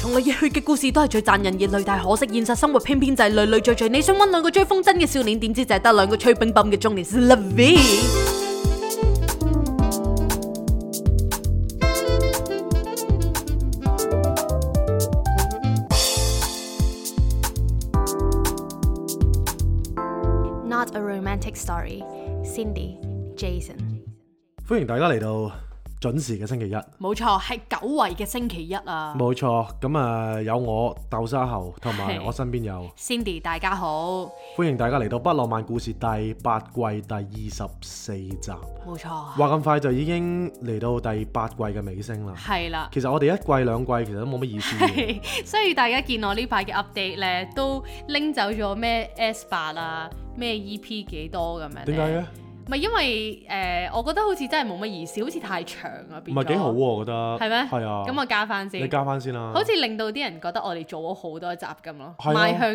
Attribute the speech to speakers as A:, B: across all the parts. A: 同類熱血嘅故事都係最賺人熱淚，但係可惜現實生活偏偏就係累累贅贅。你想揾兩個追風箏嘅少年，點知就係得兩個吹冰乓嘅中年 Lovey。
B: Not a romantic story. Cindy, Jason。
C: 歡迎大家嚟到準時嘅星期一，
A: 冇錯，係久違嘅星期一啊
C: 冇錯。咁啊，有我豆沙喉，同埋
A: 係
C: 我身邊有。
A: ！Cindy，大家好，
C: 歡迎大家嚟到《不浪漫故事》第八季第二十四集。
A: 冇錯，
C: 話咁快就已經嚟到第八季嘅尾聲啦。
A: 係啦。
C: 其實我哋一季兩季其實都冇乜意思 嘅，
A: 所以大家見我呢排嘅 update 咧，都拎走咗咩 S 八啊，咩 EP 幾多咁樣呢。
C: 點解嘅？
A: 唔係因為誒、呃我覺得好似真係冇乜意思，好似太長啊，
C: 唔
A: 變咗
C: 係幾好喎，我覺得。
A: 係咩？
C: 係啊。
A: 咁我加翻
C: 你
A: 先。
C: 加翻先啦。
A: 好似令到啲人覺得我哋做咗好多集咁咯，
C: 係啊
A: 邁向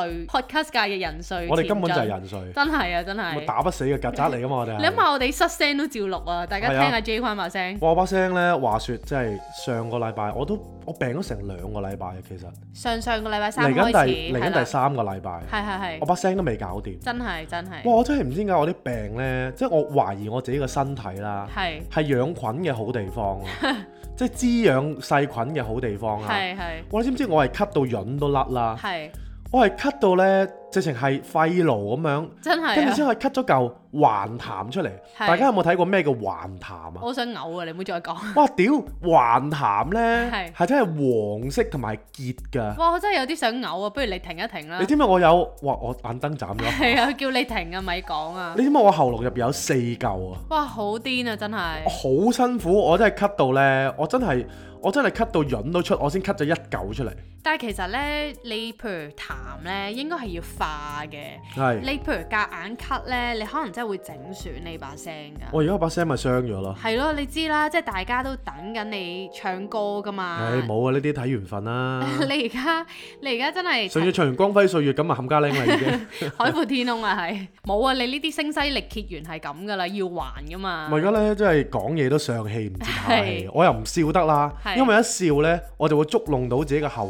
A: 人瑞 podcast 界嘅人瑞。
C: 我哋根本就係，人瑞，
A: 真係啊，真
C: 咪
A: 係。
C: 打不死嘅曱甴嚟噶嘛，我哋係。
A: 你諗下，我哋失聲都照錄啊！大家
C: 係
A: 聽
C: 啊
A: 下 J 翻把聲，
C: 我把聲咧，話説即係上個禮拜我都我病咗成兩個禮拜啊嘅，其實
A: 上上個禮拜三
C: 嚟緊
A: 開
C: 第
A: 始，
C: 嚟
A: 係
C: 緊第
A: 啦，
C: 三個禮拜，
A: 係係係，
C: 我把聲都未搞掂。
A: 真係真
C: 哇！
A: 係，
C: 我真係唔知點解我啲病咧，即係我懷疑我自己嘅身體啦，
A: 係
C: 係養菌嘅好地 方啊，即係滋養細菌嘅好地方啊。
A: 係係
C: 哇！你知唔知我係咳到潤都甩啦？
A: 係，
C: 我係咳到咧，直情係肺癆咁樣，
A: 真
C: 跟住之
A: 係啊！
C: 後係咳咗嚿環痰出嚟。
A: 係
C: 大家有冇睇過咩叫環痰啊？
A: 我想嘔啊！你唔好再講。
C: 哇！屌環痰
A: 係
C: 咧，係真係黃色同埋結㗎。
A: 哇！我真係有啲想嘔啊，不如你停一停啦
C: 你。知唔知我有？哇！我眼燈斬咗。
A: 係啊，叫你停啊，咪講啊。
C: 你知唔知我喉嚨入邊有四嚿啊？
A: 哇，好癲啊，真係
C: 我。好辛苦，我真係咳到咧，我真係我真係咳到潤到出，我先咳咗一嚿出嚟。
A: 但係其實咧，你譬如痰咧，應該係要化嘅。
C: 係，
A: 你譬如夾硬咳咧，你可能真係會整損你把聲㗎。
C: 我而家把聲咪傷咗咯。
A: 係咯，你知啦，即係大家都等緊你唱歌㗎嘛。
C: 唉，冇啊！呢啲睇緣分 啦。
A: 你而家你而家真係
C: 上要唱完《光輝歲月》咁啊，冚家拎啦已經。
A: 海闊天空啊，係冇啊！你呢啲聲嘶力竭原係咁㗎啦，要還㗎嘛
C: 我。而家咧，真係講嘢都上氣唔接下氣
A: 係，
C: 我又唔笑得啦，
A: 係
C: 因為一笑咧，我就會觸弄到自己嘅喉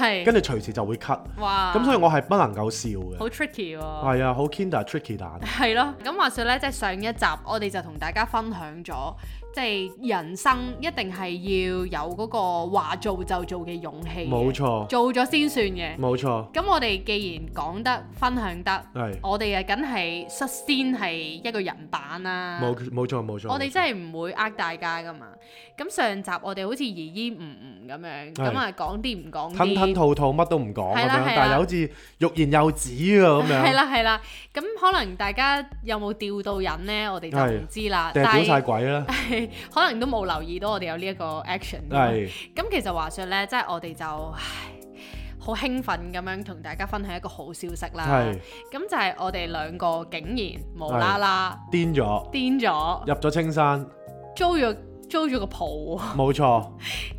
C: 嚨，跟
A: 係
C: 住隨時就會咳。
A: 哇，
C: 咁所以我係不能夠笑嘅。
A: 好 tricky 喎。
C: 係啊，好 Kinder tricky 蛋。
A: 係咯，咁話説咧，即係上一集我哋就同大家分享咗，即係人生一定係要有嗰個話做就做嘅勇氣嘅，
C: 冇錯
A: 做咗先算嘅。
C: 冇錯，
A: 咁我哋既然講得分享得，
C: 係
A: 我哋啊梗係率先係一個人版啦。
C: 冇冇錯冇錯。
A: 我哋真係唔會呃大家噶嘛。咁上集我哋好似依依唔唔咁樣，咁啊講啲唔講
C: 吞吞
A: 啲，
C: 吐吐乜都唔講咁
A: 係
C: 樣
A: 啦係啦，
C: 但係又好似欲言又止啊咁
A: 係
C: 樣，
A: 啦係啦。咁可能大家有冇吊到癮呢？我哋就唔
C: 係
A: 知啦。
C: 掉
A: 但
C: 屌
A: 係
C: 晒鬼啦，
A: 可能都冇留意到我哋有呢一個 action。
C: 係
A: 咁其實話說呢，即係我哋就唉好興奮咁樣同大家分享一個好消息啦
C: 係。
A: 咁就係我哋兩個竟然無啦啦
C: 癲咗，
A: 癲咗，
C: 入咗青山，
A: 租咗租咗個鋪 喎。
C: 冇錯，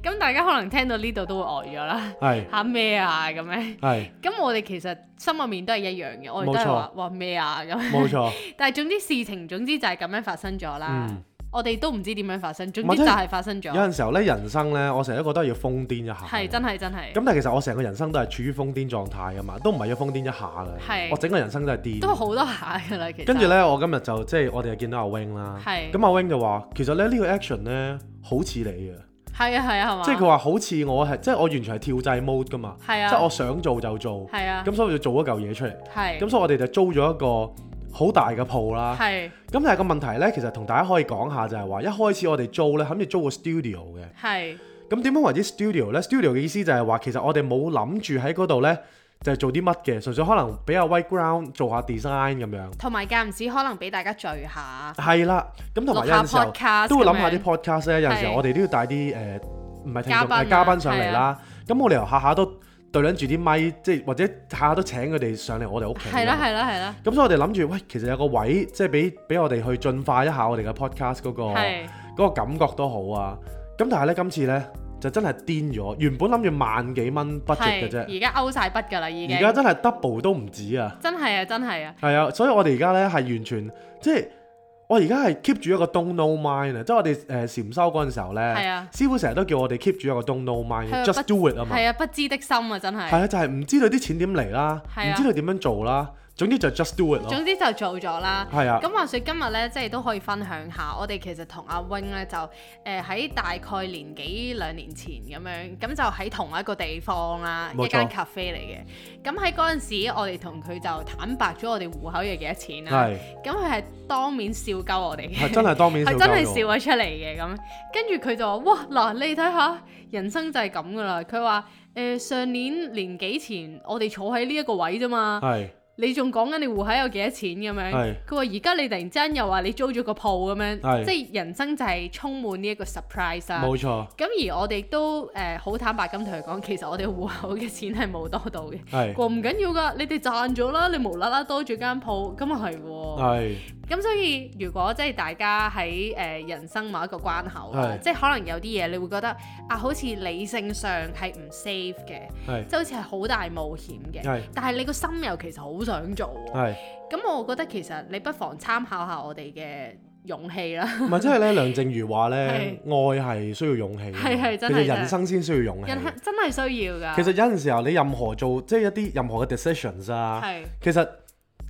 A: 咁大家可能聽到呢度都會呆咗啦。
C: 係
A: 嚇咩啊咁樣？
C: 係
A: 咁我哋其實心入面都係一樣嘅，我哋都係
C: 冇錯
A: 話哇咩啊咁樣。
C: 冇 錯，
A: 但係總之事情總之就係咁樣發生咗啦。
C: 嗯
A: 我哋都唔知點樣發生，總
C: 或
A: 之
C: 者
A: 就係發生咗
C: 有。陣時候咧，人生咧，我成日都覺得要瘋癲一下，
A: 係真係真係。
C: 咁但係其實我成個人生都係處於瘋癲狀態噶嘛，都唔係要瘋癲一下
A: 係
C: 嘅，我整個人生都係癲。
A: 都好多下㗎啦，其實。
C: 跟住咧，我今日就即係我哋就見到阿 wing 啦。
A: 係
C: 咁阿 wing 就話：其實咧呢個 action 咧好似你啊，
A: 係啊係啊係嘛？
C: 即係佢話好似我係，即係我完全係跳掣 mode 噶嘛，
A: 係
C: 即係
A: 啊
C: 我想做就做。
A: 係啊
C: 咁所以我就做咗嚿嘢出嚟。
A: 係
C: 咁所以我哋就租咗一個好大嘅鋪啦。
A: 係
C: 咁但係個問題呢，其實同大家可以講下就係話，一開始我哋租呢，諗住租個 studio 嘅。
A: 係
C: 咁點樣為之 studio 呢 s t u d i o 嘅意思就係話，其實我哋冇諗住喺嗰度呢，就係做啲乜嘅，純粹可能俾阿 White Ground 做下 design 咁樣。
A: 同埋間唔時可能俾大家聚下，
C: 係啦，咁同埋有陣時
A: 錄下
C: 候
A: podcast
C: 都會諗下
A: 咁
C: 啲
A: 樣
C: podcast 咧，有陣時
A: 係
C: 候我哋都要帶啲誒唔係聽
A: 嘉
C: 眾
A: 賓啊
C: 誒嘉賓上
A: 係啊
C: 嚟啦。咁冇理由下下都對撚住啲咪，即係或者下下都請佢哋上嚟我哋屋企。
A: 係啦係啦係啦，
C: 咁所以我哋諗住，喂，其實有個位，即係俾俾我哋去進化一下我哋嘅 podcast 嗰、個嗰
A: 係
C: 個感覺都好啊。咁但係呢，今次呢，就真係癲咗，原本諗住萬幾蚊 budget 嘅啫，
A: 係而家勾晒筆㗎啦已經，
C: 而家真係 double 都唔止啊！
A: 真係啊真係啊，
C: 係啊，所以我哋而家呢，係完全即係我而家係 keep 住一個 don't know mind 啊，即係我哋誒禪修嗰陣時候咧
A: 係啊，
C: 師傅成日都叫我哋 keep 住一個 don't know
A: 係啊
C: mind，just
A: 不
C: do it 啊嘛。
A: 係啊，不知的心啊，真
C: 係
A: 係。
C: 啊，就係唔知道啲錢點嚟啦，
A: 係
C: 唔
A: 啊
C: 知道點樣做啦，總之就 just do it 咯。
A: 總之就做咗啦。
C: 係啊，
A: 咁話說今日咧，即係都可以分享下，我哋其實同阿 wing 咧就誒呃喺、大概年幾兩年前咁樣，咁就喺同一個地方啦，
C: 冇錯
A: 一間 cafe 嚟嘅。咁喺嗰陣時，我哋同佢就坦白咗我哋户口有幾多錢啦。
C: 係
A: 咁佢係當面笑鳩我哋
C: 係
A: 嘅。
C: 真係當面笑
A: 係真係
C: 鳩
A: 笑
C: 咗
A: 咗出嚟嘅咁，跟住佢就話：哇嗱，你睇下人生就係咁噶啦。佢話誒上年年幾前我哋坐喺呢一個位啫嘛，
C: 係
A: 你仲講緊你户口有幾多錢咁樣？
C: 係
A: 佢話而家你突然之間又話你租咗個鋪咁
C: 係
A: 樣，即係人生就係充滿呢一個 surprise 啦。
C: 冇錯，
A: 咁而我哋都誒好、坦白咁同佢講，其實我哋户口嘅錢係冇多到 嘅，
C: 係
A: 話唔緊要㗎，你哋賺咗啦，你無啦啦多咗間鋪，咁啊係喎。
C: 係
A: 咁所以如果即係大家喺誒、呃人生某一個關口啦
C: 係
A: 即係可能有啲嘢你會覺得啊，好似理性上係唔 safe 嘅，
C: 係
A: 即係好似係好大冒險嘅
C: 係，
A: 但係你個心又其實好想做喎。
C: 係。
A: 咁我覺得其實你不妨參考下我哋嘅勇氣啦，
C: 唔係，真係咧，梁靜茹話咧，愛係需要勇氣嘅，
A: 係係真係
C: 其實人生先需要勇氣。
A: 人係真係需要㗎。
C: 其實有陣時候你任何做即係一啲任何嘅 decisions 啊，
A: 係
C: 其實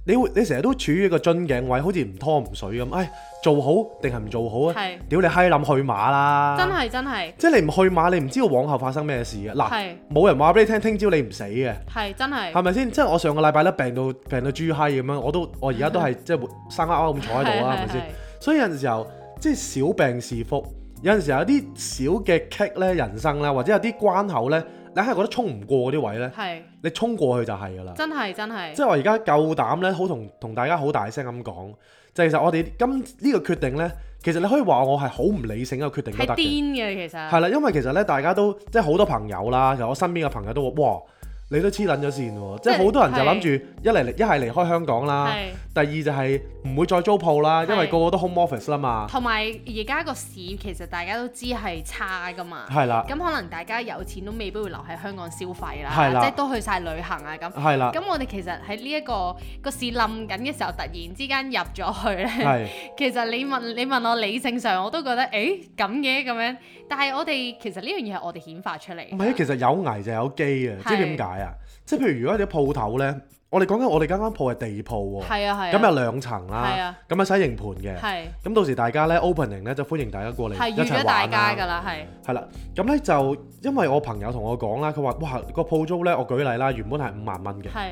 C: 你會你成日都處於一個樽頸位，好似唔拖唔水咁，唉，做好定係唔做好啊？
A: 係
C: 屌你閪諗去馬啦！
A: 真係真係
C: 即係你唔去馬，你唔知道往後發生咩事嘅。啊嗱，
A: 係
C: 冇人話俾你聽，聽朝你唔死嘅，
A: 係真
C: 係
A: 係
C: 咪先？即係我上個禮拜咧病到病到豬閪咁樣，我都我而家都係即係活生勾勾咁坐喺度啊啦，係咪
A: 係係
C: 先？所以有陣時候即係小病是福，有陣時候有啲小嘅棘咧，人生咧，或者有啲關口咧，你係覺得衝唔過嗰啲位咧
A: 係，係
C: 你衝過去就係㗎啦。
A: 真係真係
C: 即係我而家夠膽咧，好同同大家好大聲咁講，就其實我哋今呢個決定咧，其實你可以話我係好唔理性嘅決定都
A: 係癲
C: 得
A: 啊
C: 嘅。
A: 嘅其實
C: 係啦，啊因為其實咧，大家都即係好多朋友啦，其實我身邊嘅朋友都話：哇，你都黐撚咗線喎！即係好多人就諗住一嚟一係離開香港啦，
A: 係。
C: 第二就係唔會再租鋪啦，因為
A: 係
C: 個個都 home office 啦嘛。
A: 同埋而家個市其實大家都知係差噶嘛，
C: 係啊啦，
A: 咁可能大家有錢都未必會留喺香港消費啦，
C: 係啦
A: 即係都去晒旅行啊咁。
C: 係啦，
A: 咁我哋其實喺呢一個個市冧緊嘅時候，突然之間入咗去咧，
C: 係
A: 其實你問你問我理性上我都覺得誒咁嘅咁樣，但係我哋其實呢樣嘢係我哋顯化出嚟
C: 唔
A: 㗎。
C: 係？其啊實有危就有機嘅，知唔知點解啊？即係譬如如果有啲鋪頭咧，我哋講緊我哋間間鋪係地鋪喎，
A: 係啊係啊，
C: 咁有兩層
A: 係
C: 啦
A: 啊，
C: 咁有西營盤嘅，
A: 係
C: 咁到時大家咧 opening 咧就歡迎大家過嚟
A: 係
C: 一
A: 預
C: 齊
A: 咗大
C: 玩啦
A: 家㗎。啦，係
C: 係啦，咁咧就因為我朋友同我講啦，佢話哇個鋪租咧，我舉例啦，原本係五萬蚊嘅，
A: 係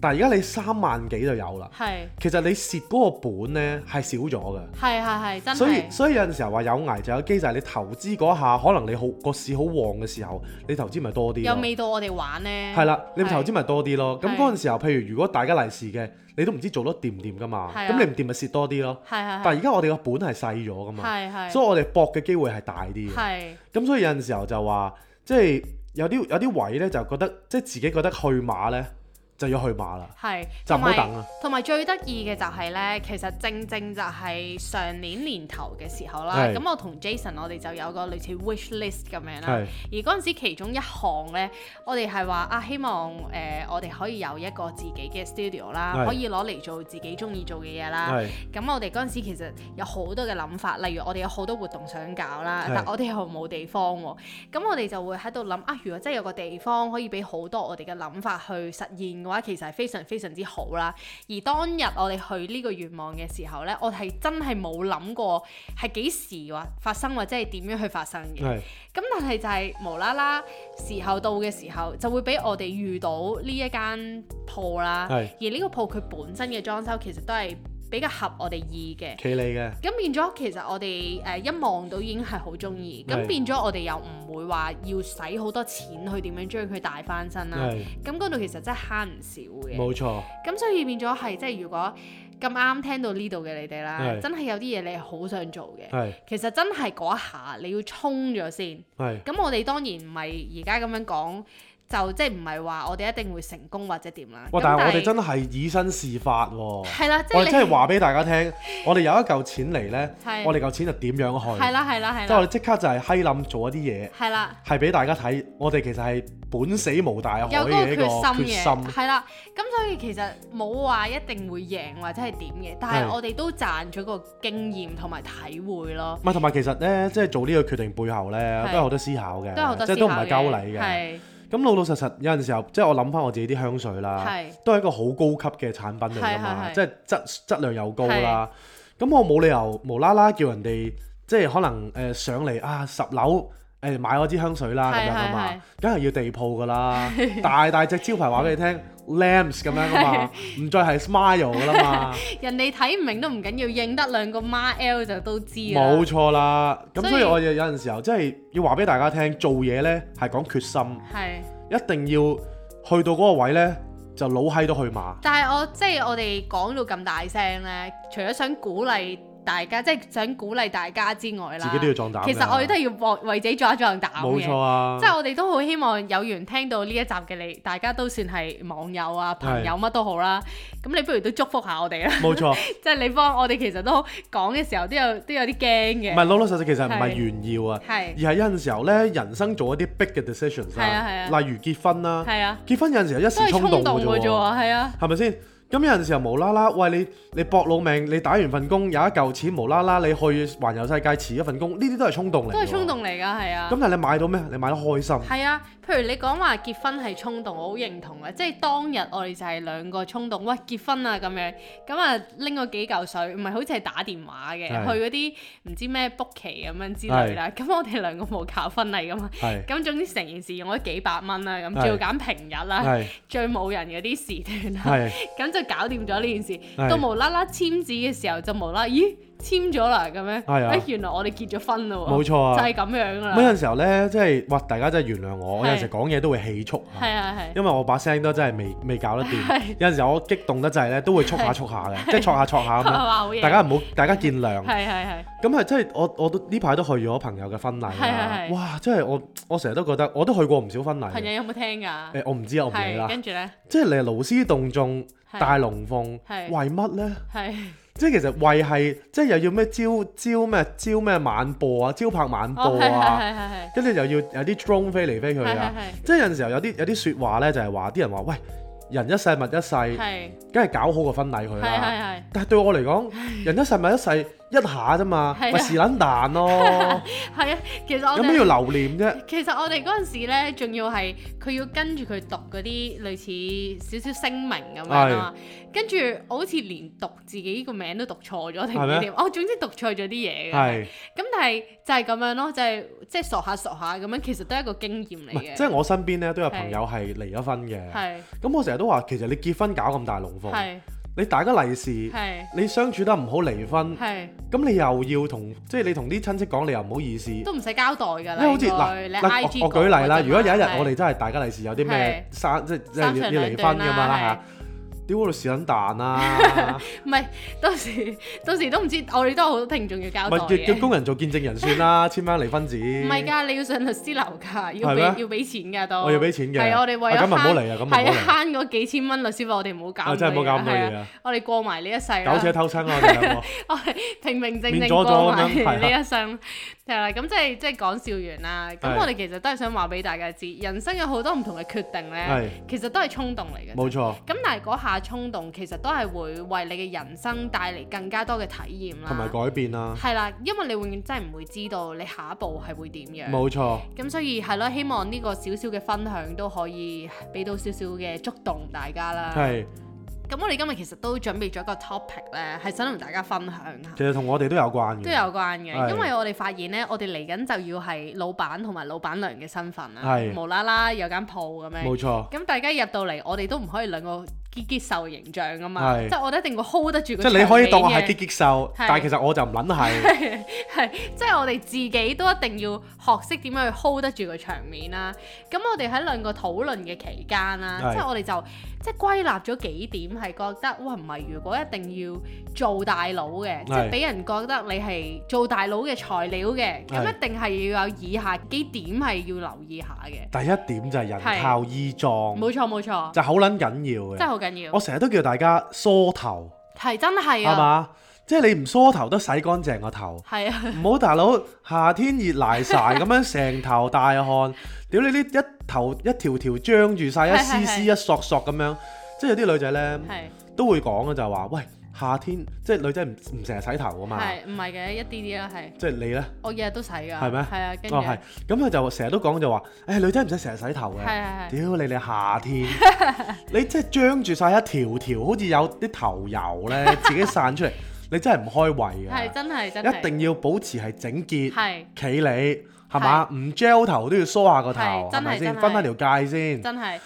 C: 但係而家你三萬幾就有啦。
A: 係
C: 其實你蝕嗰個本咧係少咗嘅，
A: 係係係真
C: 所以
A: 係
C: 所以有陣時候話有危就有機，就係你投資嗰下，可能你好個市好旺嘅時候，你投資咪多啲
A: 又
C: 咯。
A: 未到我哋玩咧。
C: 係啦，你投資咪多啲咯。咁
A: 係
C: 嗰陣時候，譬如如果大家利是嘅，你都唔知做得掂唔掂噶嘛，
A: 係啊
C: 咁你唔掂咪蝕多啲咯。
A: 係係
C: 但
A: 係
C: 係而家我哋個本係細咗噶嘛，
A: 啊係係。
C: 所以我哋搏嘅機會係大啲嘅。
A: 係
C: 咁所以有陣時候就話，即係有啲有啲位咧就覺得，即係自己覺得去馬咧就要去馬啦，
A: 係，
C: 就唔好
A: 同埋
C: 等啊啦。
A: 同埋最得意嘅就係呢，其實正正就係上年年頭嘅時候啦。
C: 係
A: 咁我同 Jason 我哋就有個類似 wish list 咁樣啦
C: 係。
A: 而嗰陣時其中一項呢，我哋係話啊，希望誒、呃我哋可以有一個自己嘅 studio 啦
C: 係，
A: 可以攞嚟做自己中意做嘅嘢啦。
C: 係
A: 咁我哋嗰陣時其實有好多嘅諗法，例如我哋有好多活動想搞啦，
C: 係
A: 但我哋又冇地方喎。咁我哋就會喺度諗啊，如果真係有個地方可以俾好多我哋嘅諗法去實現嘅話，其實係非常非常之好啦。而當日我哋去呢個願望嘅時候呢，我係真係冇諗過係幾時話發生或者係點樣去發生嘅。
C: 係
A: 咁但係就係無啦啦時候到嘅時候，就會俾我哋遇到呢一間鋪啦。而
C: 係
A: 呢個鋪佢本身嘅裝修其實都係比較合我哋意嘅。
C: 企你嘅，
A: 咁變咗其實我哋誒、一望到已經係好中意，咁
C: 係
A: 變咗我哋又唔會話要使好多錢去點樣將佢帶翻身啦。
C: 係
A: 咁嗰度其實真係慳唔少嘅。
C: 冇錯，
A: 咁所以變咗係即係如果咁啱聽到呢度嘅你哋啦
C: 係，
A: 真係有啲嘢你係好想做嘅，
C: 係
A: 其實真係嗰一下你要衝咗先。
C: 係
A: 咁我哋當然唔係而家咁樣講，就即係唔係話我哋一定會成功或者點啦。
C: 哇！
A: 咁
C: 但係我哋真係以身試法喎、
A: 係啦，即
C: 我
A: 係
C: 哋
A: 你
C: 真係話俾大 家聽，我哋有一嚿錢嚟呢，
A: 係
C: 我哋嚿錢就點樣去？
A: 係啦係啦係
C: 即係我
A: 啦
C: 哋即刻就係閪冧做一啲嘢，
A: 係啦。
C: 係俾大家睇，我哋其實係本死無大海
A: 有嗰個
C: 嘅一個
A: 決
C: 決
A: 心嘅，
C: 心。
A: 係啦，咁所以其實冇話一定會贏或者係點嘅，但係
C: 係
A: 我哋都賺咗個經驗同埋體會咯，
C: 唔係，同埋其實呢，即係做呢個決定背後呢，
A: 係
C: 都有好多思考嘅，
A: 都有好多
C: 即
A: 思
C: 係都唔
A: 考嘅，
C: 係鳩你嘅。
A: 係
C: 咁老老實實有陣時候，即係我諗翻我自己啲香水啦
A: 係，
C: 都係一個好高級嘅產品嚟㗎嘛，
A: 係係係
C: 即係質質量又高啦。咁我冇理由無啦啦叫人哋即係可能誒、呃上嚟啊十樓。誒買我支香水啦咁
A: 係係
C: 樣啊
A: 係
C: 嘛，梗係要地鋪噶 啦，大大隻招牌話俾你聽 Lamps 咁樣 啊嘛，唔再係 Smile 噶啦嘛，
A: 人哋睇唔明都唔緊要，認得兩個孖 L 就都知啦。
C: 冇錯啦。咁
A: 啊所以
C: 所以我有有陣時候即係要話俾大家聽，做嘢呢係講決心，
A: 係，
C: 一定要去到嗰個位呢，就老閪都去馬。
A: 但係我即係我哋講到咁大聲咧，除咗想鼓勵大家，即係想鼓勵大家之外啦，
C: 自己都要壯膽㗎
A: 其實我哋都要為為自己壯一壯膽嘅。
C: 冇錯啊，
A: 即係我哋都好希望有緣聽到呢一集嘅你，大家都算係網友啊、朋友乜都好啦。咁你不如都祝福下我哋啦，
C: 冇錯，
A: 即係你幫我哋其實都講嘅時候都有都有啲驚
C: 唔係
A: 嘅，
C: 老老實實，其實唔係
A: 係
C: 炫耀啊，而
A: 係
C: 係有陣時候咧，人生做一啲 big 嘅 decisions
A: 係啊係
C: 啦，
A: 啊
C: 例如結婚啦，
A: 係啊，
C: 結婚有陣時候一
A: 都係
C: 時
A: 衝
C: 衝動
A: 動
C: 嘅
A: 嘅
C: 啫
A: 啫
C: 喎，
A: 喎，係啊，
C: 係咪先？咁有陣時候無啦啦，喂你你搏老命，你打完份工有一嚿錢，無啦啦你去環遊世界辭一份工，呢啲都係衝動嚟，
A: 都係衝。動嚟㗎，係啊
C: 咁。但係你買到咩？你買得開心，
A: 係啊，譬如你講話結婚係衝動，我好認同嘅。即係當日我哋就係兩個衝動，喂結婚啊咁樣，咁啊拎咗幾嚿水，唔係好似係打電話嘅，
C: 係
A: 去嗰啲唔知咩 book 期咁樣之類啦。咁我哋兩個冇搞婚禮噶嘛，
C: 係
A: 咁總之成件事用咗幾百蚊啦，咁
C: 係
A: 仲要揀平日啦，
C: 係
A: 最冇人嗰啲時段啦，
C: 係
A: 咁就搞掂咗呢件事。
C: 係
A: 到無啦啦簽字嘅時候就無啦，咦簽咗啦咁樣，
C: 係啊
A: 哎原來我哋結咗婚啦喎，
C: 冇錯啊
A: 就係咁樣
C: 咁有
A: 啦，
C: 陣時候咧，即係哇！大家真係原諒我，我有陣
A: 係
C: 時講嘢都會氣促啊
A: 係啊係。
C: 因為我把聲都真係未未搞得 掂
A: 係，
C: 有陣時候我激動得滯咧，都會觸下觸下嘅，即係觸下觸下咁樣。
A: 哇好嘢
C: 大家唔好，大家見諒。
A: 係係係。
C: 咁係真係我我都呢排都去咗朋友嘅婚禮啦
A: 係係。係
C: 哇！真係我我成日都覺得，我都去過唔少婚禮
A: 朋
C: 嘅。
A: 友有冇聽㗎？
C: 誒，我唔知啊，我唔理
A: 係
C: 啦。
A: 跟住咧，
C: 即係你係勞師動眾，
A: 係
C: 大龍鳳，
A: 係
C: 為乜呢？
A: 係
C: 即係其實為係，即係又要咩朝朝咩朝咩晚播啊，朝拍晚
A: 哦，
C: 播
A: 係係
C: 啊，
A: 係係
C: 跟住又要有啲 drone 飛嚟飛去
A: 係
C: 啊
A: 係。係
C: 即係有陣時候有啲有啲説話咧，就係話啲人話喂人一世物一
A: 係
C: 世，
A: 係
C: 梗係搞好個婚禮佢
A: 係
C: 啦。
A: 係
C: 但係對我嚟講，人一世物一世一下啫嘛，
A: 係啊
C: 咪是撚蛋 咯，
A: 係啊！其實我
C: 有咩要
A: 哋
C: 留念啫？
A: 其實我哋嗰陣時咧，仲要係佢要跟住佢讀嗰啲類似少少聲明咁樣啊嘛，跟住我好似連讀自己個名都讀錯咗定唔
C: 係咩
A: 知點，哦總之讀錯咗啲嘢嘅。
C: 係，
A: 咁但係就係咁樣咯，就係即係傻下傻下咁樣，其實都係一個經驗嚟
C: 唔係即
A: 嘅。
C: 係我身邊咧都有朋友係離咗婚嘅，
A: 係
C: 咁我成日都話其實你結婚搞咁大龍鳳，
A: 係
C: 你大家利是，
A: 係
C: 你相處得唔好離婚，
A: 係。
C: 咁你又要同即係你同啲親戚講你又唔好意思，
A: 都唔使交代㗎啦。
C: 因為好似
A: 應該
C: 嗱
A: 你
C: 嗱
A: IG，
C: 我我舉例啦，
A: 講嗰陣
C: 如果有一日
A: 係
C: 我哋真係大家利是有啲咩生即係即
A: 三
C: 係要
A: 長
C: 要
A: 兩
C: 離
A: 短
C: 婚咁
A: 啦
C: 樣啦
A: 係
C: 嚇，屌嗰度屎撚蛋啦，
A: 唔係到時 到時都唔知，我哋 都有好多聽眾要交
C: 咪
A: 代
C: 叫叫
A: 嘅。
C: 工人做見證人 算啦，簽翻離婚紙。
A: 唔係㗎，你要上律師樓㗎，
C: 係
A: 要
C: 咩
A: 俾要俾錢㗎都。
C: 我要俾錢嘅
A: 係啊我哋為咗
C: 啊咁咪唔好
A: 慳
C: 嚟啊咁咪唔
A: 係
C: 好嚟
A: 啊慳嗰幾千蚊律師費，我哋唔好搞咁多
C: 啊
A: 嘢。
C: 真係唔好搞咁多嘢啊
A: 係啊！我哋過埋呢一世啦。
C: 苟且偷生啊！我哋兩個
A: 我 係平平靜
C: 面
A: 靜
C: 阻阻
A: 過
C: 咁
A: 埋
C: 樣
A: 呢一生，係啦，咁即係即係講笑完啦。
C: 係
A: 咁我哋其實都係想話俾大家知，人生有好多唔同嘅決定
C: 係
A: 咧，其實都係衝動嚟嘅啫。
C: 冇錯，
A: 咁但係嗰下衝動其實都係會為你嘅人生帶嚟更加多嘅體驗啦，
C: 同埋啊改變啦，
A: 係啦，因為你永遠真係唔會知道你下一步係會點樣。
C: 冇錯，
A: 咁所以係咯，希望呢個少少嘅分享都可以俾到少少嘅觸動大家啦。
C: 係
A: 咁我哋今日其實都準備咗一個 topic 咧，係想同大家分享下。
C: 其實同我哋都有關
A: 都
C: 嘅，
A: 有關嘅，
C: 嗯係
A: 因為我哋發現呢，我哋嚟緊就要係老闆同埋老闆娘嘅身份啦
C: 係，
A: 無啦啦有間鋪咁樣，
C: 冇錯，
A: 咁大家入到嚟，我哋都唔可以兩個結結獸形象噶嘛，
C: 係
A: 即係我哋一定會 hold 得住個
C: 即係你可以當我係
A: 長
C: 激
A: 尾嘅
C: 激獸，但係其實我就唔撚 係。
A: 係，即係我哋自己都一定要學識點樣去 hold 得住個場面啦。咁我哋喺兩個討論嘅期間啦，
C: 係
A: 即係我哋就即係歸納咗幾點係覺得，哇唔係如果一定要做大佬嘅，即係
C: 係
A: 俾人覺得你係做大佬嘅材料嘅，咁
C: 係
A: 一定係要有以下幾點係要留意下嘅。
C: 第一點就係人
A: 係
C: 靠衣裝，
A: 冇錯冇錯，
C: 就好撚緊
A: 真係
C: 要嘅。
A: 好緊要
C: 哦我，成日都叫大家梳頭，
A: 係真係
C: 係
A: 啊，
C: 嘛？即係你唔梳頭都洗乾淨 個頭，
A: 係啊，
C: 唔好大佬夏天熱賴晒咁樣成頭大汗，屌你呢一頭一條條張住晒，一
A: 係
C: 絲絲
A: 係
C: 一索索咁樣。即係有啲女仔呢
A: 係
C: 都會講嘅就係話，喂夏天即係女仔唔唔成日洗頭啊嘛，
A: 係唔係嘅一啲啲啦係，
C: 即係你呢？
A: 我日日都洗㗎，
C: 係咩
A: 係啊，跟住
C: 哦，係
A: 係，
C: 咁佢就成日都講就話，誒女仔唔使成日洗頭嘅，
A: 係係。
C: 屌你你夏 天，你即係張住晒一條條，好似有啲頭油 咧，自己散出嚟，你真係唔開胃
A: 係
C: 嘅，
A: 真係真係，
C: 啊一定要保持係整潔，
A: 係
C: 企理係嘛，唔 gel 頭都要梳下個頭，
A: 係
C: 係
A: 真係
C: 咪先？
A: 真係
C: 分翻條界先，
A: 真係。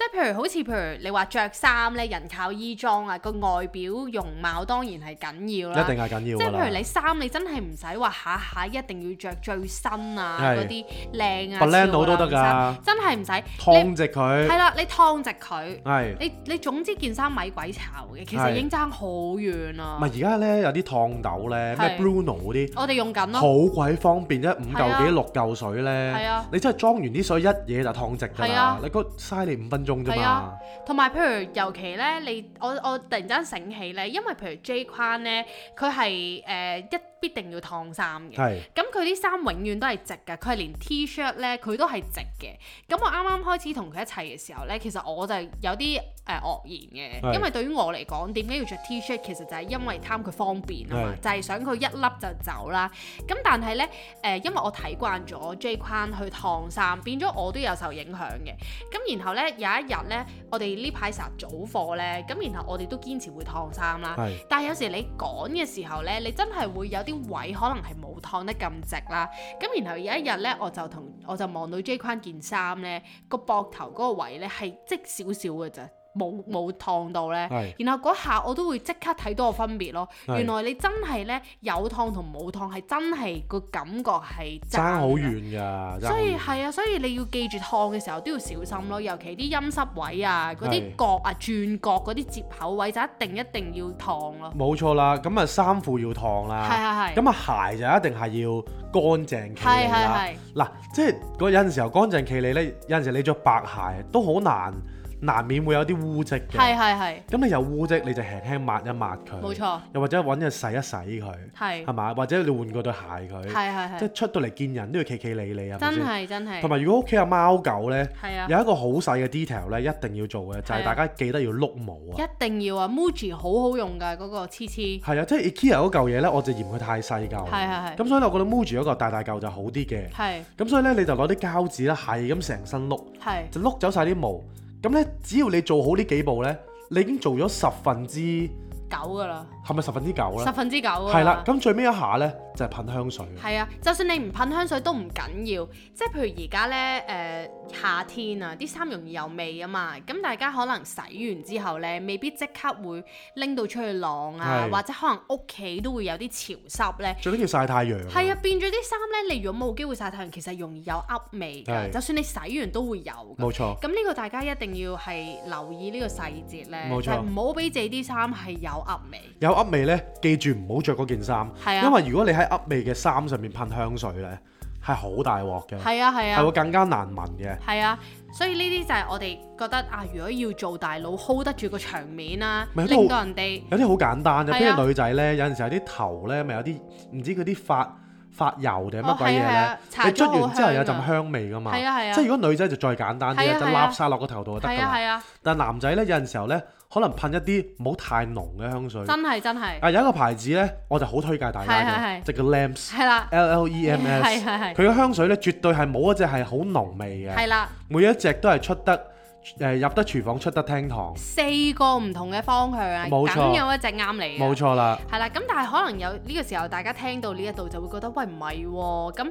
A: 即係譬如好似譬如你話着衫咧，人靠衣裝啊，個外表容貌當然係緊要啦。
C: 一定係緊要
A: 即係
C: 㗎
A: 譬如
C: 啦
A: 你衫，你真係唔使話下下一定要着最新啊
C: 係
A: 嗰啲靚啊
C: Blend
A: 潮流
C: 到都得㗎
A: 衫真係唔使。
C: 燙
A: 你
C: 直佢
A: 係，啦，你燙直佢，
C: 係。
A: 你你總之件衫咪鬼巢嘅，其
C: 係
A: 實已經爭好遠啦
C: 咪。而家咧有啲燙斗咧，咩
A: 係
C: Bruno 嗰啲。
A: 我哋用緊咯，
C: 好鬼方便啫，五
A: 係
C: 嚿
A: 啊
C: 幾六嚿水
A: 係
C: 咧
A: 啊，
C: 你真係裝完啲水一嘢就燙直㗎
A: 係
C: 啦
A: 啊，
C: 你嗰嘥你五分鐘啫
A: 係
C: 嘛
A: 啊，同埋譬如尤其咧，你我我突然之間醒起咧，因為譬如 J 框咧，佢係誒一必定要燙衫嘅。
C: 係
A: 咁佢啲衫永遠都係直嘅，佢係連 T-shirt 咧佢都係直嘅。咁我啱啱開始同佢一齊嘅時候咧，其實我就有啲誒、呃、愕然
C: 係
A: 嘅，因為對於我嚟講，點解要着 T-shirt 其實就係因為貪佢方便啊嘛，
C: 係
A: 就係想佢一粒就走啦。咁但係咧誒，因為我睇慣咗 J 框去燙衫，變咗我都有受影響嘅。咁然後咧有一日咧，我哋呢排成日早課咧，咁然後我哋都堅持會燙衫啦。
C: 係
A: 但係有時你趕嘅時候呢，你真係會有啲位可能係冇燙得咁直啦。咁然後有一日呢，我就同我就望到 J 框件衫呢個膊頭嗰個位呢係即少少嘅咋，冇冇燙到呢。
C: 係
A: 然後嗰下我都會即刻睇到個分別咯。
C: 係
A: 啊原來你真係呢，有燙同冇燙係真係個感覺係
C: 爭好
A: 㗎
C: 遠啊㗎，爭好
A: 所以
C: 遠
A: 係啊，所以你要記住燙嘅時候都要小心咯，尤其啲陰濕位啊、嗰
C: 係
A: 啲角啊、轉角嗰啲接口位就一定一定要燙咯。
C: 冇錯啦。咁啊衫褲要燙啦，
A: 係係係。
C: 咁啊鞋就一定係要乾淨企
A: 係
C: 理
A: 係
C: 啦。
A: 係，
C: 嗱，即係嗰有陣時候乾淨企理咧，有陣時你着白鞋都好難，難免會有啲污漬嘅。
A: 係係係，
C: 咁你有污漬你就輕輕抹一抹佢，
A: 冇錯，
C: 又或者揾嘢洗一洗佢，
A: 係
C: 係嘛？或者你換過對鞋佢。
A: 係係
C: 即
A: 係，
C: 係出到嚟見人都要企企理理啊，係咪
A: 真
C: 先
A: 係真係，
C: 同埋如果屋企有貓狗呢，
A: 係啊，
C: 有一個好細嘅 detail 呢，一定要做嘅就係
A: 係啊
C: 大家記得要碌毛啊。
A: 一定要啊，Muji 好好用㗎嗰個黐黐，
C: 係啊，即係 IKEA 嗰嚿嘢呢，我就嫌佢太
A: 係
C: 細嚿。
A: 係係，
C: 咁所以呢我覺得 Muji 嗰個大大嚿就好啲嘅。
A: 係
C: 咁所以呢，你就攞啲膠紙啦，係咁成身碌，
A: 係
C: 就碌走晒啲毛。咁呢，只要你做好呢幾步呢，你已經做咗十分之
A: 九㗎啦，
C: 係咪十分之九
A: 十
C: 呢？
A: 分之九啊㗎，
C: 係啦，。咁最尾一下呢，就係噴香水。
A: 係啊，就算你唔噴香水都唔緊要，即係譬如而家呢，誒、夏天啊，啲衫容易有味啊嘛，咁大家可能洗完之後呢，未必即刻會拎到出去晾啊，
C: 係
A: 或者可能屋企都會有啲潮濕呢。
C: 最緊要曬太陽。
A: 係啊，變咗啲衫咧，你如果冇機會曬太陽，其實容易有噏味
C: 係
A: 㗎。就算你洗完都會有㗎。
C: 冇錯
A: 咁呢個大家一定要係留意呢個細節咧，
C: 冇錯
A: 就係唔好俾自己啲衫係有噏味。
C: 有噏味呢，記住唔好着嗰件衫，
A: 係啊
C: 因為如果你喺噏味嘅衫上面噴香水呢，係好大鑊嘅，
A: 係啊係
C: 係會
A: 啊
C: 更加難聞嘅。
A: 係啊，所以呢啲就係我哋覺得啊，如果要做大佬 hold 得住個場面啦，
C: 咪都好
A: 令到人哋
C: 有啲好簡單嘅，
A: 係啊
C: 譬如女仔呢，有陣時有啲頭呢，咪有啲唔知嗰啲髮髮油定係乜鬼嘢
A: 哦係啊係
C: 呢
A: 啊？搽
C: 你
A: 咗
C: 捽完之後
A: 好香啊
C: 有陣香味㗎嘛。
A: 係啊係啊
C: 即係如果女仔就再簡單啲
A: 係
C: 啦，
A: 啊
C: 就
A: 係啊
C: 揦晒落個頭度就得㗎
A: 係啊
C: 啦。
A: 係啊，
C: 但男仔呢，有陣時候呢，可能噴一啲唔好太濃嘅香水。
A: 真係真係
C: 啊有一個牌子呢，我就好推介大家嘅，
A: 係係係
C: 就叫 Lamps。
A: 係啦
C: L L E M S，
A: 係係係
C: 佢嘅香水咧絕對係冇一隻係好濃味嘅，
A: 係啦，
C: 每一隻都係出得誒入得廚房出得廳堂，
A: 四個唔同嘅方向啊，
C: 冇錯
A: 梗有一隻啱你嘅。啊
C: 冇錯啦。
A: 係啦，咁但係可能有呢個時候，大家聽到呢一度就會覺得喂唔係喎，咁誒、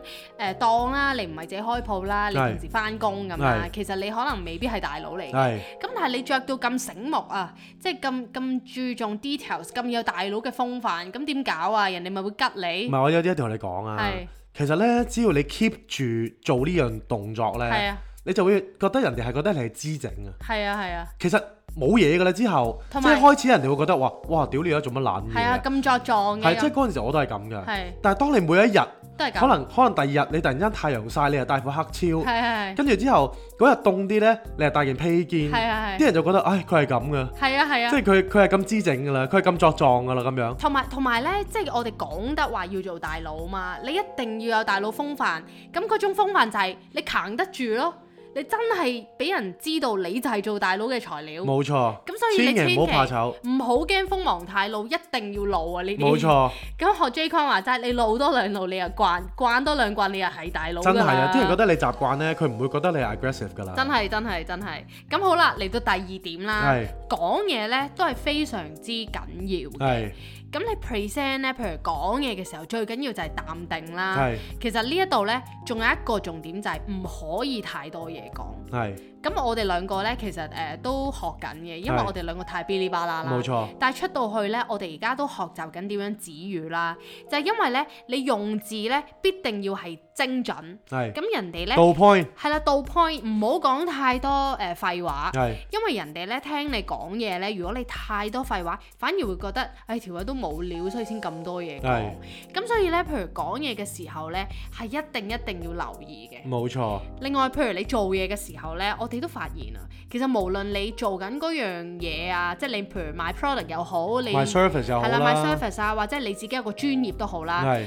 A: 當啦，你唔係自己開鋪啦，你
C: 係
A: 平時翻工咁啦，
C: 係啊
A: 其實你可能未必係大佬嚟嘅。
C: 係
A: 咁但係你着到咁醒目啊，即係咁咁注重 details，咁有大佬嘅風範，咁點搞啊？人哋咪會吉
C: 唔
A: 你。
C: 係我有啲一定同你講啊
A: 係？
C: 其實呢，只要你 keep 住做呢樣動作
A: 係
C: 呢，
A: 啊，
C: 你就會覺得人哋係覺得你係知整啊。
A: 係啊，係啊，
C: 其實冇嘢㗎啦，之後即
A: 同
C: 係
A: 埋
C: 開始人哋會覺得哇哇屌你而家做乜撚
A: 係
C: 嘢
A: 啊，
C: 啊？
A: 咁作狀嘅
C: 係即係
A: 咁，
C: 嗰陣時我都係咁㗎。
A: 係
C: 但係當你每一日
A: 都係咁。
C: 可能可能第二日你突然間太陽晒，你又戴副黑超，
A: 係係係
C: 跟住之後嗰日凍啲呢，你又戴件披肩，
A: 係
C: 啲
A: 係係
C: 人就覺得唉佢係咁㗎，
A: 係啊係啊
C: 即。係佢佢係咁知整㗎啦，佢係咁作狀㗎啦咁樣。
A: 同埋同埋咧，即係我哋講得話要做大佬嘛，你一定要有大佬風範。咁嗰種風範就係你扛得住咯，你真係俾人知道你就係做大佬嘅材料。
C: 冇錯，
A: 咁所以你
C: 千祈唔好怕
A: 千祈
C: 醜，
A: 唔好驚鋒芒太露，一定要露啊！呢啲
C: 冇。錯。
A: 咁學 J Con 話齋，你露多兩露，你又慣；慣多兩慣，你又係大佬㗎
C: 真係啊！
A: 啦
C: 啲人覺得你習慣咧，佢唔會覺得你係 aggressive 㗎啦。
A: 真係真係真係。咁好啦，嚟到第二點啦
C: 係，
A: 講嘢咧都係非常之緊要嘅。
C: 係
A: 咁你 present 咧，譬如講嘢嘅時候，最緊要就係淡定啦。
C: 係
A: 其實呢一度呢，仲有一個重點就係唔可以太多嘢講。
C: 係
A: 咁我哋兩個呢，其實誒、呃都學緊嘅，因為
C: 係
A: 我哋兩個太嗶哩吧啦啦。
C: 冇錯，
A: 但係出到去呢，我哋而家都學習緊點樣止語啦，就係、因為呢，你用字呢必定要係精準，
C: 係
A: 咁人哋
C: 到
A: 呢，
C: point
A: 係啦，到 point 唔好講太多誒、呃、廢話。
C: 係
A: 因為人哋咧聽你講嘢咧，如果你太多廢話，反而會覺得，唉條友都冇料，所以先咁多嘢講
C: 係。
A: 咁所以咧，譬如講嘢嘅時候咧，係一定一定要留意嘅。
C: 冇錯，
A: 另外，譬如你做嘢嘅時候咧，我哋都發現啊，其實無論你做緊嗰樣嘢啊，即係你譬如賣 product 又好，你
C: 賣 service 又好
A: 係啦啊賣
C: 啦，嗯
A: service 啊，或者你自己有個專業都好啦，
C: 係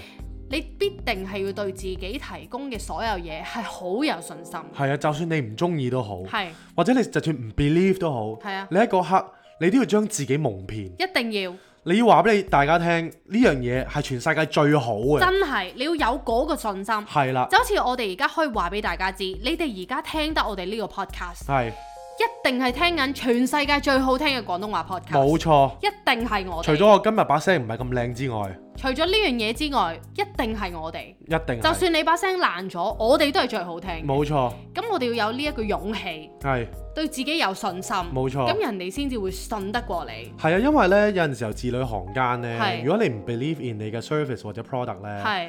A: 你必定係要對自己提供嘅所有嘢係好有信心。
C: 係啊！就算你唔中意都好，
A: 係
C: 或者你就算唔 believe 都好，
A: 係啊
C: 你喺嗰刻你都要將自己蒙騙，
A: 一定要。
C: 你要話俾你大家聽呢樣嘢係全世界最好嘅，
A: 真係你要有嗰個信心，就
C: 係啦，
A: 好似我哋而家可以話俾大家知，你哋而家聽得我哋呢個 podcast，
C: 係
A: 一定係聽緊全世界最好聽嘅廣東話 podcast，
C: 冇錯。
A: 一定係我哋。
C: 除咗我今日把聲唔係咁靚之外，
A: 除咗呢樣嘢之外，一定係我哋。
C: 一定
A: 就
C: 係
A: 算你把聲爛咗，我哋都係最好聽嘅。
C: 冇錯，
A: 咁我哋要有呢一個勇氣，
C: 係。
A: 對自己有信心，
C: 冇錯
A: 咁人哋先至會信得過你。
C: 係啊，因為咧有陣時候字裏行間咧，
A: 係
C: 如果你唔 believe in 你嘅 service 或者 product 咧，
A: 係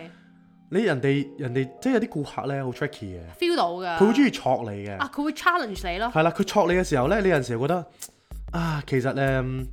C: 你人哋人哋即係有啲顧客咧好 tricky 嘅，
A: feel 到㗎。
C: 佢好中意戳你嘅，
A: 啊，佢會 challenge 你咯。
C: 係啦，佢戳你嘅時候咧，你有陣時候覺得啊，其實咧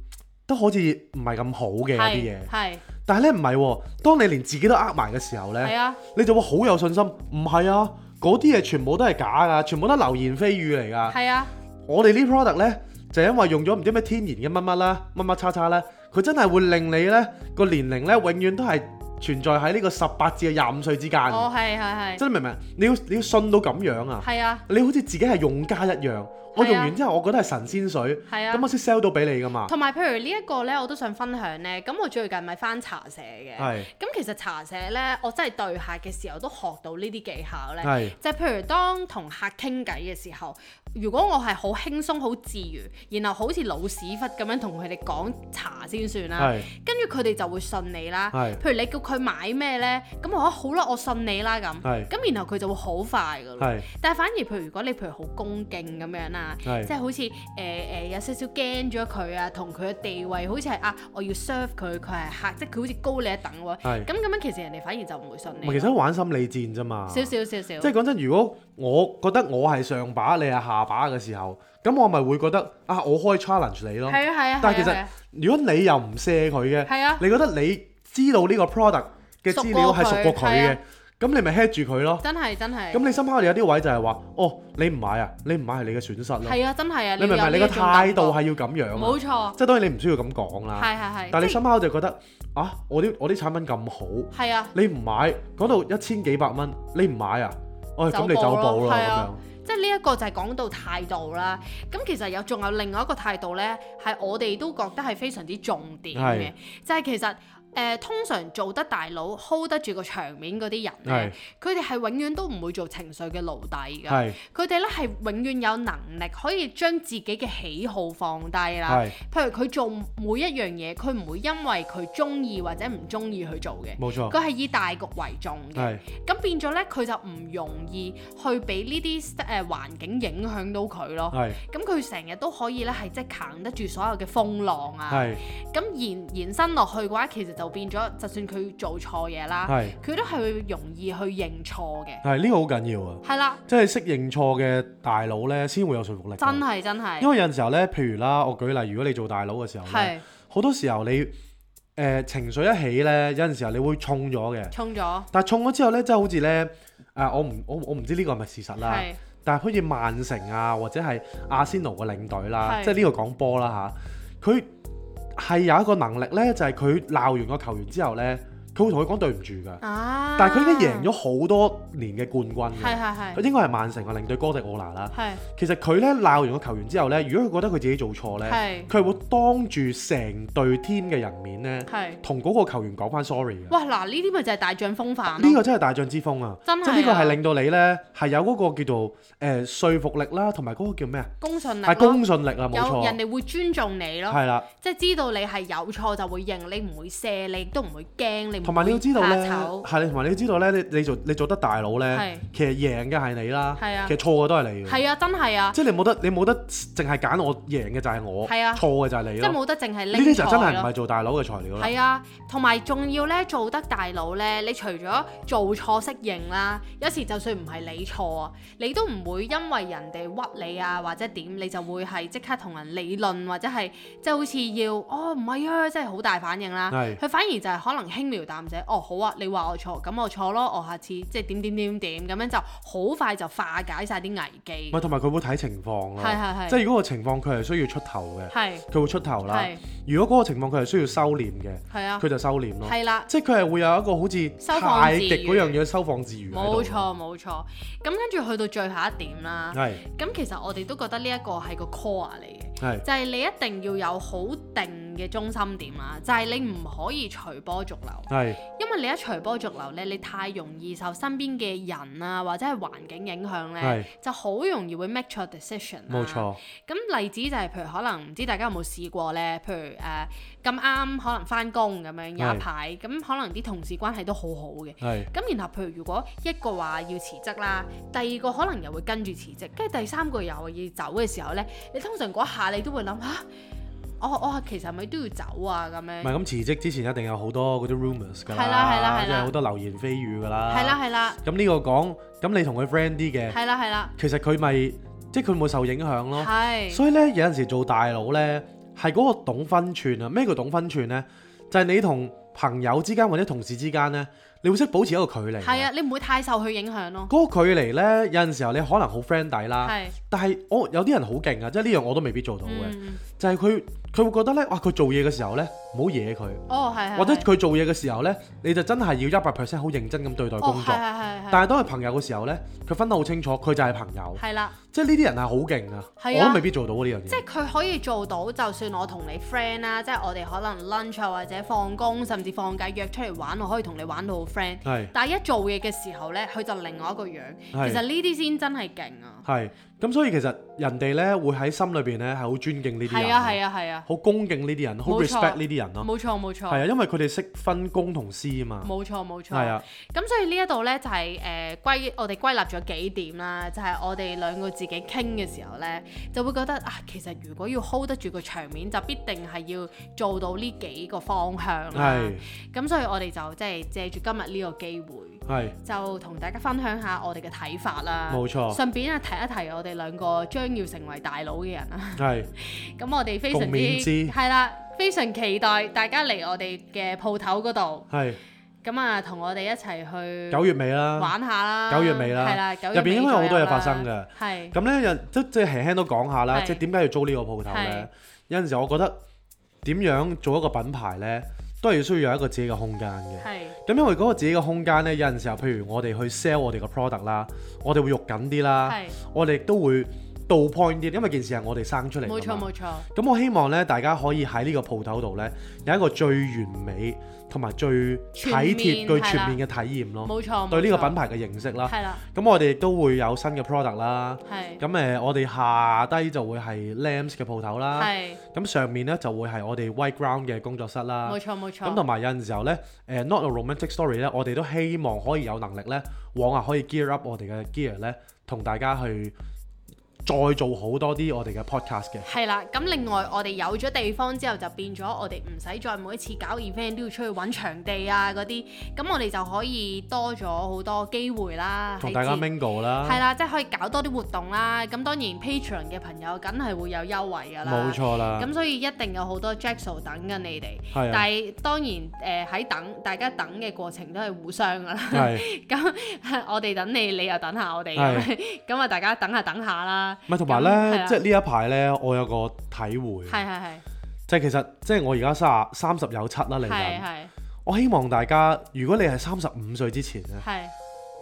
C: 都好似唔係咁好嘅有啲嘢，
A: 係
C: 但係咧唔係喎，當你連自己都呃埋嘅時候
A: 係
C: 咧，
A: 啊，
C: 你就會好有信心，唔係啊，嗰啲嘢全部都係假㗎，全部都係流言蜚語嚟㗎。
A: 係啊，
C: 我哋呢 product 呢，就因為用咗唔知咩天然嘅乜乜啦，乜乜叉叉呢，佢真係會令你呢個年齡呢，永遠都係存在喺呢個十八至廿五歲之間。
A: 哦係係係，
C: 啊真係明唔明？啊你要你要信到咁樣啊！
A: 係啊
C: 你好似自己係用家一樣，我用完之後我覺得係神仙水，
A: 係啊
C: 咁。我先 sell 到俾你噶嘛。
A: 同埋譬如呢一個呢，我都想分享呢。咁我最近咪翻茶社嘅，
C: 係
A: 咁其實茶社呢，我真係對客嘅時候都學到呢啲技巧呢。
C: 係
A: 就係譬如當同客傾偈嘅時候，如果我係好輕鬆、好自如，然後好似老屎忽咁樣同佢哋講茶先算啦，
C: 係
A: 跟住佢哋就會信你啦。
C: 係
A: 譬如你叫佢買咩呢？咁我話好啦，我信你啦咁。
C: 係
A: 咁然後佢就會好快噶啦。
C: 係
A: 但係反而譬如如果你譬如好恭敬咁樣啦，
C: 係
A: 即係好似誒誒有少少驚咗佢啊，同佢嘅地位好似係啊，我要 serve 佢，佢係客，即係佢好似高你一等喎。
C: 係
A: 咁咁樣其實人哋反而就唔會信
C: 唔
A: 你
C: 係其
A: 咯。
C: 實玩心理戰啫嘛。
A: 少少少少
C: 即。係講真，如果我覺得我係上把，你係下把嘅時候，咁我咪會覺得啊，我可以 challenge 你咯。
A: 係啊係啊，
C: 但係其
A: 係
C: 實
A: 啊
C: 如果你又唔卸佢嘅，
A: 係啊
C: 你覺得你知道呢個 product 嘅資料係熟過佢
A: 熟過佢係
C: 嘅
A: 啊，
C: 咁你咪 head 住佢咯。
A: 真係真係，
C: 咁你深刻有啲位就係話，哦，你唔買啊，你唔買係你嘅損失咯。
A: 係啊真係啊，
C: 你明唔明？你個
A: 個
C: 態度係要咁樣
A: 冇
C: 啊，
A: 錯，
C: 即係當然你唔需要咁講啦。
A: 係係係，
C: 但係你
A: 即係
C: 深刻就覺得啊，我啲我啲產品咁好，
A: 係啊，
C: 你唔買嗰度一千幾百蚊，你唔買啊，哦咁你
A: 走
C: 走
A: 寶咯
C: 寶咯
A: 係
C: 咁樣
A: 啊。即係呢一個就係講到態度啦。咁其實有仲有另外一個態度呢，係我哋都覺得係非常之重點嘅，就係其實誒通常做得大佬 hold 得住個場面嗰啲人咧，佢哋係永遠都唔會做情緒嘅奴隸㗎。
C: 係
A: 佢哋咧係永遠有能力可以將自己嘅喜好放低啦。
C: 係
A: 譬如佢做每一樣嘢，佢唔會因為佢中意或者唔中意去做嘅，
C: 冇錯，
A: 佢係以大局為重嘅。
C: 係
A: 咁變咗咧，佢就唔容易去俾呢啲誒環境影響到佢咯。
C: 係
A: 咁佢成日都可以咧係即係扛得住所有嘅風浪啊。
C: 係
A: 咁延延伸落去嘅話，其實就變咗，就算佢做錯嘢啦，
C: 係
A: 佢都係會容易去認錯嘅。
C: 係呢個好緊要啊！
A: 係啦，
C: 即係識認錯嘅大佬呢，先會有說服力㗎。
A: 真係真係
C: 因。為有陣時候呢，譬如啦，我舉例，如果你做大佬嘅時候呢，
A: 係
C: 好多時候你誒、呃情緒一起呢，有陣時候你會衝咗嘅。
A: 衝咗，
C: 但係衝咗之後呢，真係好似呢，啊我唔我我唔知呢個係咪事實啦。
A: 係
C: 但係好似曼城啊，或者係阿仙奴嘅領隊啦，
A: 係
C: 即係呢個講波啦吓，佢係有一個能力呢，就係佢鬧完個球員之後呢，佢會同佢講對唔住㗎。
A: 啊！
C: 但係佢已經贏咗好多年嘅冠軍
A: 係
C: 嘅，
A: 係
C: 佢
A: 啊係
C: 應該係曼城嘅啊領隊哥迪奧拿啦。
A: 係
C: 其實佢咧鬧完個球員之後咧，如果佢覺得佢自己做錯咧，
A: 係
C: 佢係會當住成隊 team 嘅人面咧，
A: 係。
C: 同嗰個球員講翻 sorry 嘅。
A: 哇！嗱，呢啲咪就係大將風範
C: 呢個
A: 咯。
C: 真係大將之風啊！
A: 真係啊
C: 即係呢個係令到你咧係有嗰個叫做誒、呃、說服力啦，同埋嗰個叫咩啊？
A: 公信力
C: 係
A: 咯，
C: 公信力啊，冇
A: 有人
C: 錯。
A: 哋會尊重你咯，
C: 係啦，
A: 即係知道你係有錯就會認，你唔會卸，你亦都唔會驚，你唔會
C: 同埋你要知道
A: 怕
C: 咧，
A: 醜
C: 係同埋你要知道咧，你你做你做得大佬咧
A: 係，
C: 其實贏嘅係你啦，
A: 係啊
C: 其實錯嘅都係你嘅。
A: 係啊，真係啊，
C: 即係你冇得，你冇得淨係揀我贏嘅就係我，
A: 係啊
C: 錯嘅就係你
A: 即
C: 咯。
A: 係冇得淨係
C: 呢
A: 拎
C: 啲就
A: 錯
C: 真係唔
A: 咯
C: 係做大佬嘅材料啦。
A: 係啊，同埋仲要咧做得大佬咧，你除咗做錯適應啦，有時就算唔係你錯啊，你都唔會因為人哋屈你啊或者點，你就會係即刻同人理論或者係即係好似要哦唔係啊，即係好大反應啦。
C: 係
A: 佢反而就係可能輕描淡寫，哦好啊，你話我錯，咁我錯咯，我下次即係點點點點咁樣就好快就化解晒啲危機
C: 唔。係同埋佢會睇情況咯。
A: 係係係
C: 即係如果個情況佢係需要出頭嘅，
A: 係
C: 佢會出頭啦
A: 係。
C: 如果嗰個情況佢係需要收斂嘅，
A: 係啊
C: 佢，就收斂咯。
A: 係啦。
C: 即係佢係會有一個好似
A: 收放
C: 太
A: 自
C: 極
A: 如
C: 嗰樣嘢收放自如喺度。啊
A: 冇錯冇錯，咁跟住去到最後一點啦，
C: 係，
A: 咁其實我哋都覺得呢一個係個 core 嚟嘅，
C: 係
A: 就係、你一定要有好定嘅中心點啦，就係、你唔可以隨波逐流，
C: 係
A: 因為你一隨波逐流咧，你太容易受身邊嘅人啊或者係環境影響
C: 係
A: 咧，就好容易會 make 錯 decision 啦
C: 冇。錯，
A: 咁例子就係譬如可能唔知大家有冇試過咧，譬如誒咁啱可能翻工咁樣有
C: 係
A: 一排，咁可能啲同事關係都好好嘅。
C: 係
A: 咁然後譬如如果一個話要辭職啦，第二個可能又會跟住辭職，跟住第三個又要走嘅時候呢，你通常嗰下你都會諗吓、我我其實係咪都要走啊咁
C: 唔
A: 樣？
C: 係咁辭職之前一定有好多嗰啲 rumors 㗎
A: 係啦係啦
C: 啦，
A: 係啦
C: 即係好多流言蜚語㗎啦。
A: 係啦。係啦
C: 咁呢個講，咁你同佢 friend 啲嘅，
A: 係啦係啦，
C: 其實佢咪即係佢冇受影響咯。
A: 係
C: 所以咧，有陣時做大佬咧，係嗰個懂分寸啊！咩叫懂分寸咧？就係、你同朋友之間或者同事之間咧，你會識保持一個距離。
A: 係啊，，你唔會太受佢影響咯。
C: 嗰個距離咧，有陣時候你可能好 friend 底啦，
A: 係，
C: 但係我有啲人好勁啊，即係呢樣我都未必做到啊嘅。
A: 嗯，
C: 就係佢佢會覺得咧，哇！佢做嘢嘅時候咧，唔好惹佢，
A: 哦係係，
C: 或者
A: 係
C: 佢做嘢嘅時候咧，你就真係要一百 percent 好認真咁對待
A: 哦
C: 工
A: 係
C: 作。
A: 係係係，
C: 但係當係朋友嘅時候咧，佢分得好清楚，佢就係朋友。
A: 係啦，
C: 即係呢啲人係好勁啊，
A: 係啊
C: 我都未必做到啊呢樣嘢。
A: 即係佢可以做到，就算我同你 friend 啦，即係我哋可能 lunch 啊或者放工，甚至放假約出嚟玩，我可以同你玩到好 friend。
C: 係。
A: 但係一做嘢嘅時候呢，佢就另外一個樣。其
C: 係
A: 實呢啲先真係勁啊！
C: 係，咁所以其實人哋咧會喺心裏邊咧係好尊敬呢啲人，
A: 係啊係啊係啊，
C: 好恭敬呢啲人，好
A: 冇錯
C: respect 呢啲人咯，
A: 冇錯冇
C: 係啊，
A: 錯，
C: 因為佢哋識分公同私啊嘛，
A: 冇錯冇錯。
C: 係啊，
A: 咁所以呢一度呢，就係、誒、歸我哋歸納咗幾點啦，就係、我哋兩個自己傾嘅時候呢，就會覺得啊，其實如果要 hold 得住個場面，就必定係要做到呢幾個方向啦
C: 係。
A: 咁所以我哋就即係借住今日呢個機會。
C: 係
A: 就同大家分享下我哋嘅睇法啦，
C: 冇錯
A: 順便啊提一提我哋兩個將要成為大佬嘅人啦。
C: 係
A: 咁我哋非常
C: 共勉之
A: 之係啦，非常期待大家嚟我哋嘅鋪頭嗰度，
C: 係
A: 咁啊同我哋一齊去
C: 九月尾啦，
A: 玩下啦，
C: 九月尾啦
A: 係啦，九
C: 啊入邊應該有好多嘢發生
A: 嘅
C: 嘅，
A: 係
C: 咁咧人即即係輕輕都講下啦，
A: 係
C: 即係點解要租呢個鋪頭
A: 係
C: 咧？有陣時我覺得點樣做一個品牌咧，都係要需要有一個自己嘅空間嘅。
A: 係
C: 咁因為嗰個自己嘅空間咧，有陣時候譬如我哋去 sell 我哋嘅 product 啦，我哋會肉緊啲啦。
A: 係
C: 我哋亦都會度 point 啲，因為件事係我哋生出嚟㗎嘛。
A: 冇錯冇錯，
C: 咁我希望咧，大家可以喺呢個鋪頭度咧，有一個最完美同埋最體
A: 全面
C: 貼、最
A: 係啦
C: 全面嘅體驗咯。
A: 冇錯
C: 對呢個品
A: 牌
C: 牌嘅認識啦。
A: 係啦，
C: 咁我哋亦都會有新嘅 product 啦。
A: 係
C: 咁誒、呃我哋下低就會係 Lams 嘅鋪頭啦。
A: 係
C: 咁上面咧就會係我哋 White Ground 嘅工作室啦
A: 冇。錯冇錯，
C: 咁同埋有陣時候咧，誒、Not a Romantic Story 咧，我哋都希望可以有能力咧，往下可以 gear up 我哋嘅 gear 咧，同大家去再做好多啲我哋嘅 podcast 嘅。
A: 係啦，咁另外我哋有咗地方之後，就變咗我哋唔使再每一次搞 event 都要出去揾場地啊嗰啲，咁我哋就可以多咗好多機會啦，
C: 同大家 mingle 啦。
A: 係啦，即係可以搞多啲活動啦。咁當然 Patreon 嘅朋友梗係會有優惠㗎啦，
C: 冇。錯啦。
A: 咁所以一定有好多 Jackso 等緊你哋，
C: 係啊，
A: 但係當然誒喺、等大家等嘅過程都係互相㗎啦。
C: 係
A: 咁 我哋等你，你又等下我哋咁樣， 咁啊大家等下等下啦。
C: 咪同埋
A: 咁係
C: 咧，
A: 啦
C: 即係呢一排咧，我有個體會，
A: 係係係
C: 即係其實即係我而家三十三十有七啦嚟
A: 係
C: 緊。
A: 係
C: 我希望大家，如果你係三十五歲之前咧，
A: 係。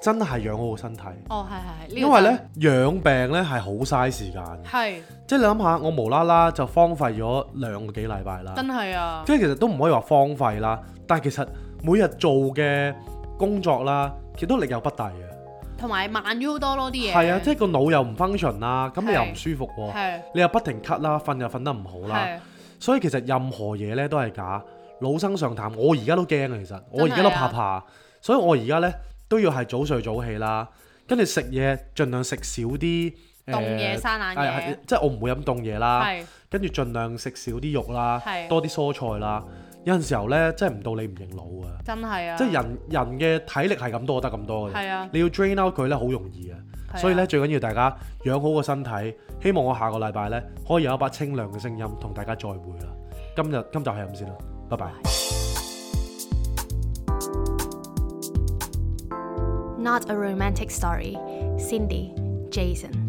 C: 真係養好個身體，
A: 哦，係係係，
C: 因為咧養病咧係好嘥時間。
A: 係
C: 即係你諗下，我無啦啦就荒廢咗兩個幾禮拜啦。
A: 真係啊，
C: 即係其實都唔可以話荒廢啦，但係其實每日做嘅工作啦，其實都力有不逮嘅。
A: 同埋慢咗好多咯啲嘢。
C: 係啊，即係個腦又唔 function 啦，咁你又
A: 係
C: 唔舒服喎。
A: 係
C: 你又不停咳啦，瞓又瞓得唔好啦，
A: 係
C: 所以其實任何嘢咧都係假，老生常談。我而家都驚啊，其實我而家都怕怕，所以我而家咧都要係早睡早起啦，跟住食嘢盡量食少啲誒
A: 凍嘢生冷
C: 係係啊
A: 嘢，
C: 即係我唔會飲凍嘢啦，
A: 係
C: 跟住盡量食少啲肉啦，
A: 係
C: 多啲蔬菜啦。有陣時候咧，真係唔到你唔認老啊！
A: 真係啊，
C: 即係人人嘅體力係咁多得咁多嘅，
A: 係啊，
C: 你要 drain out 佢咧好容易啊！
A: 係啊
C: 所以咧，最緊要大家養好個身體，希望我下個禮拜咧可以有一把清涼嘅聲音同大家再會啦。今日今集係咁先啦，拜拜。
B: Not a Romantic Story, Cindy, Jason.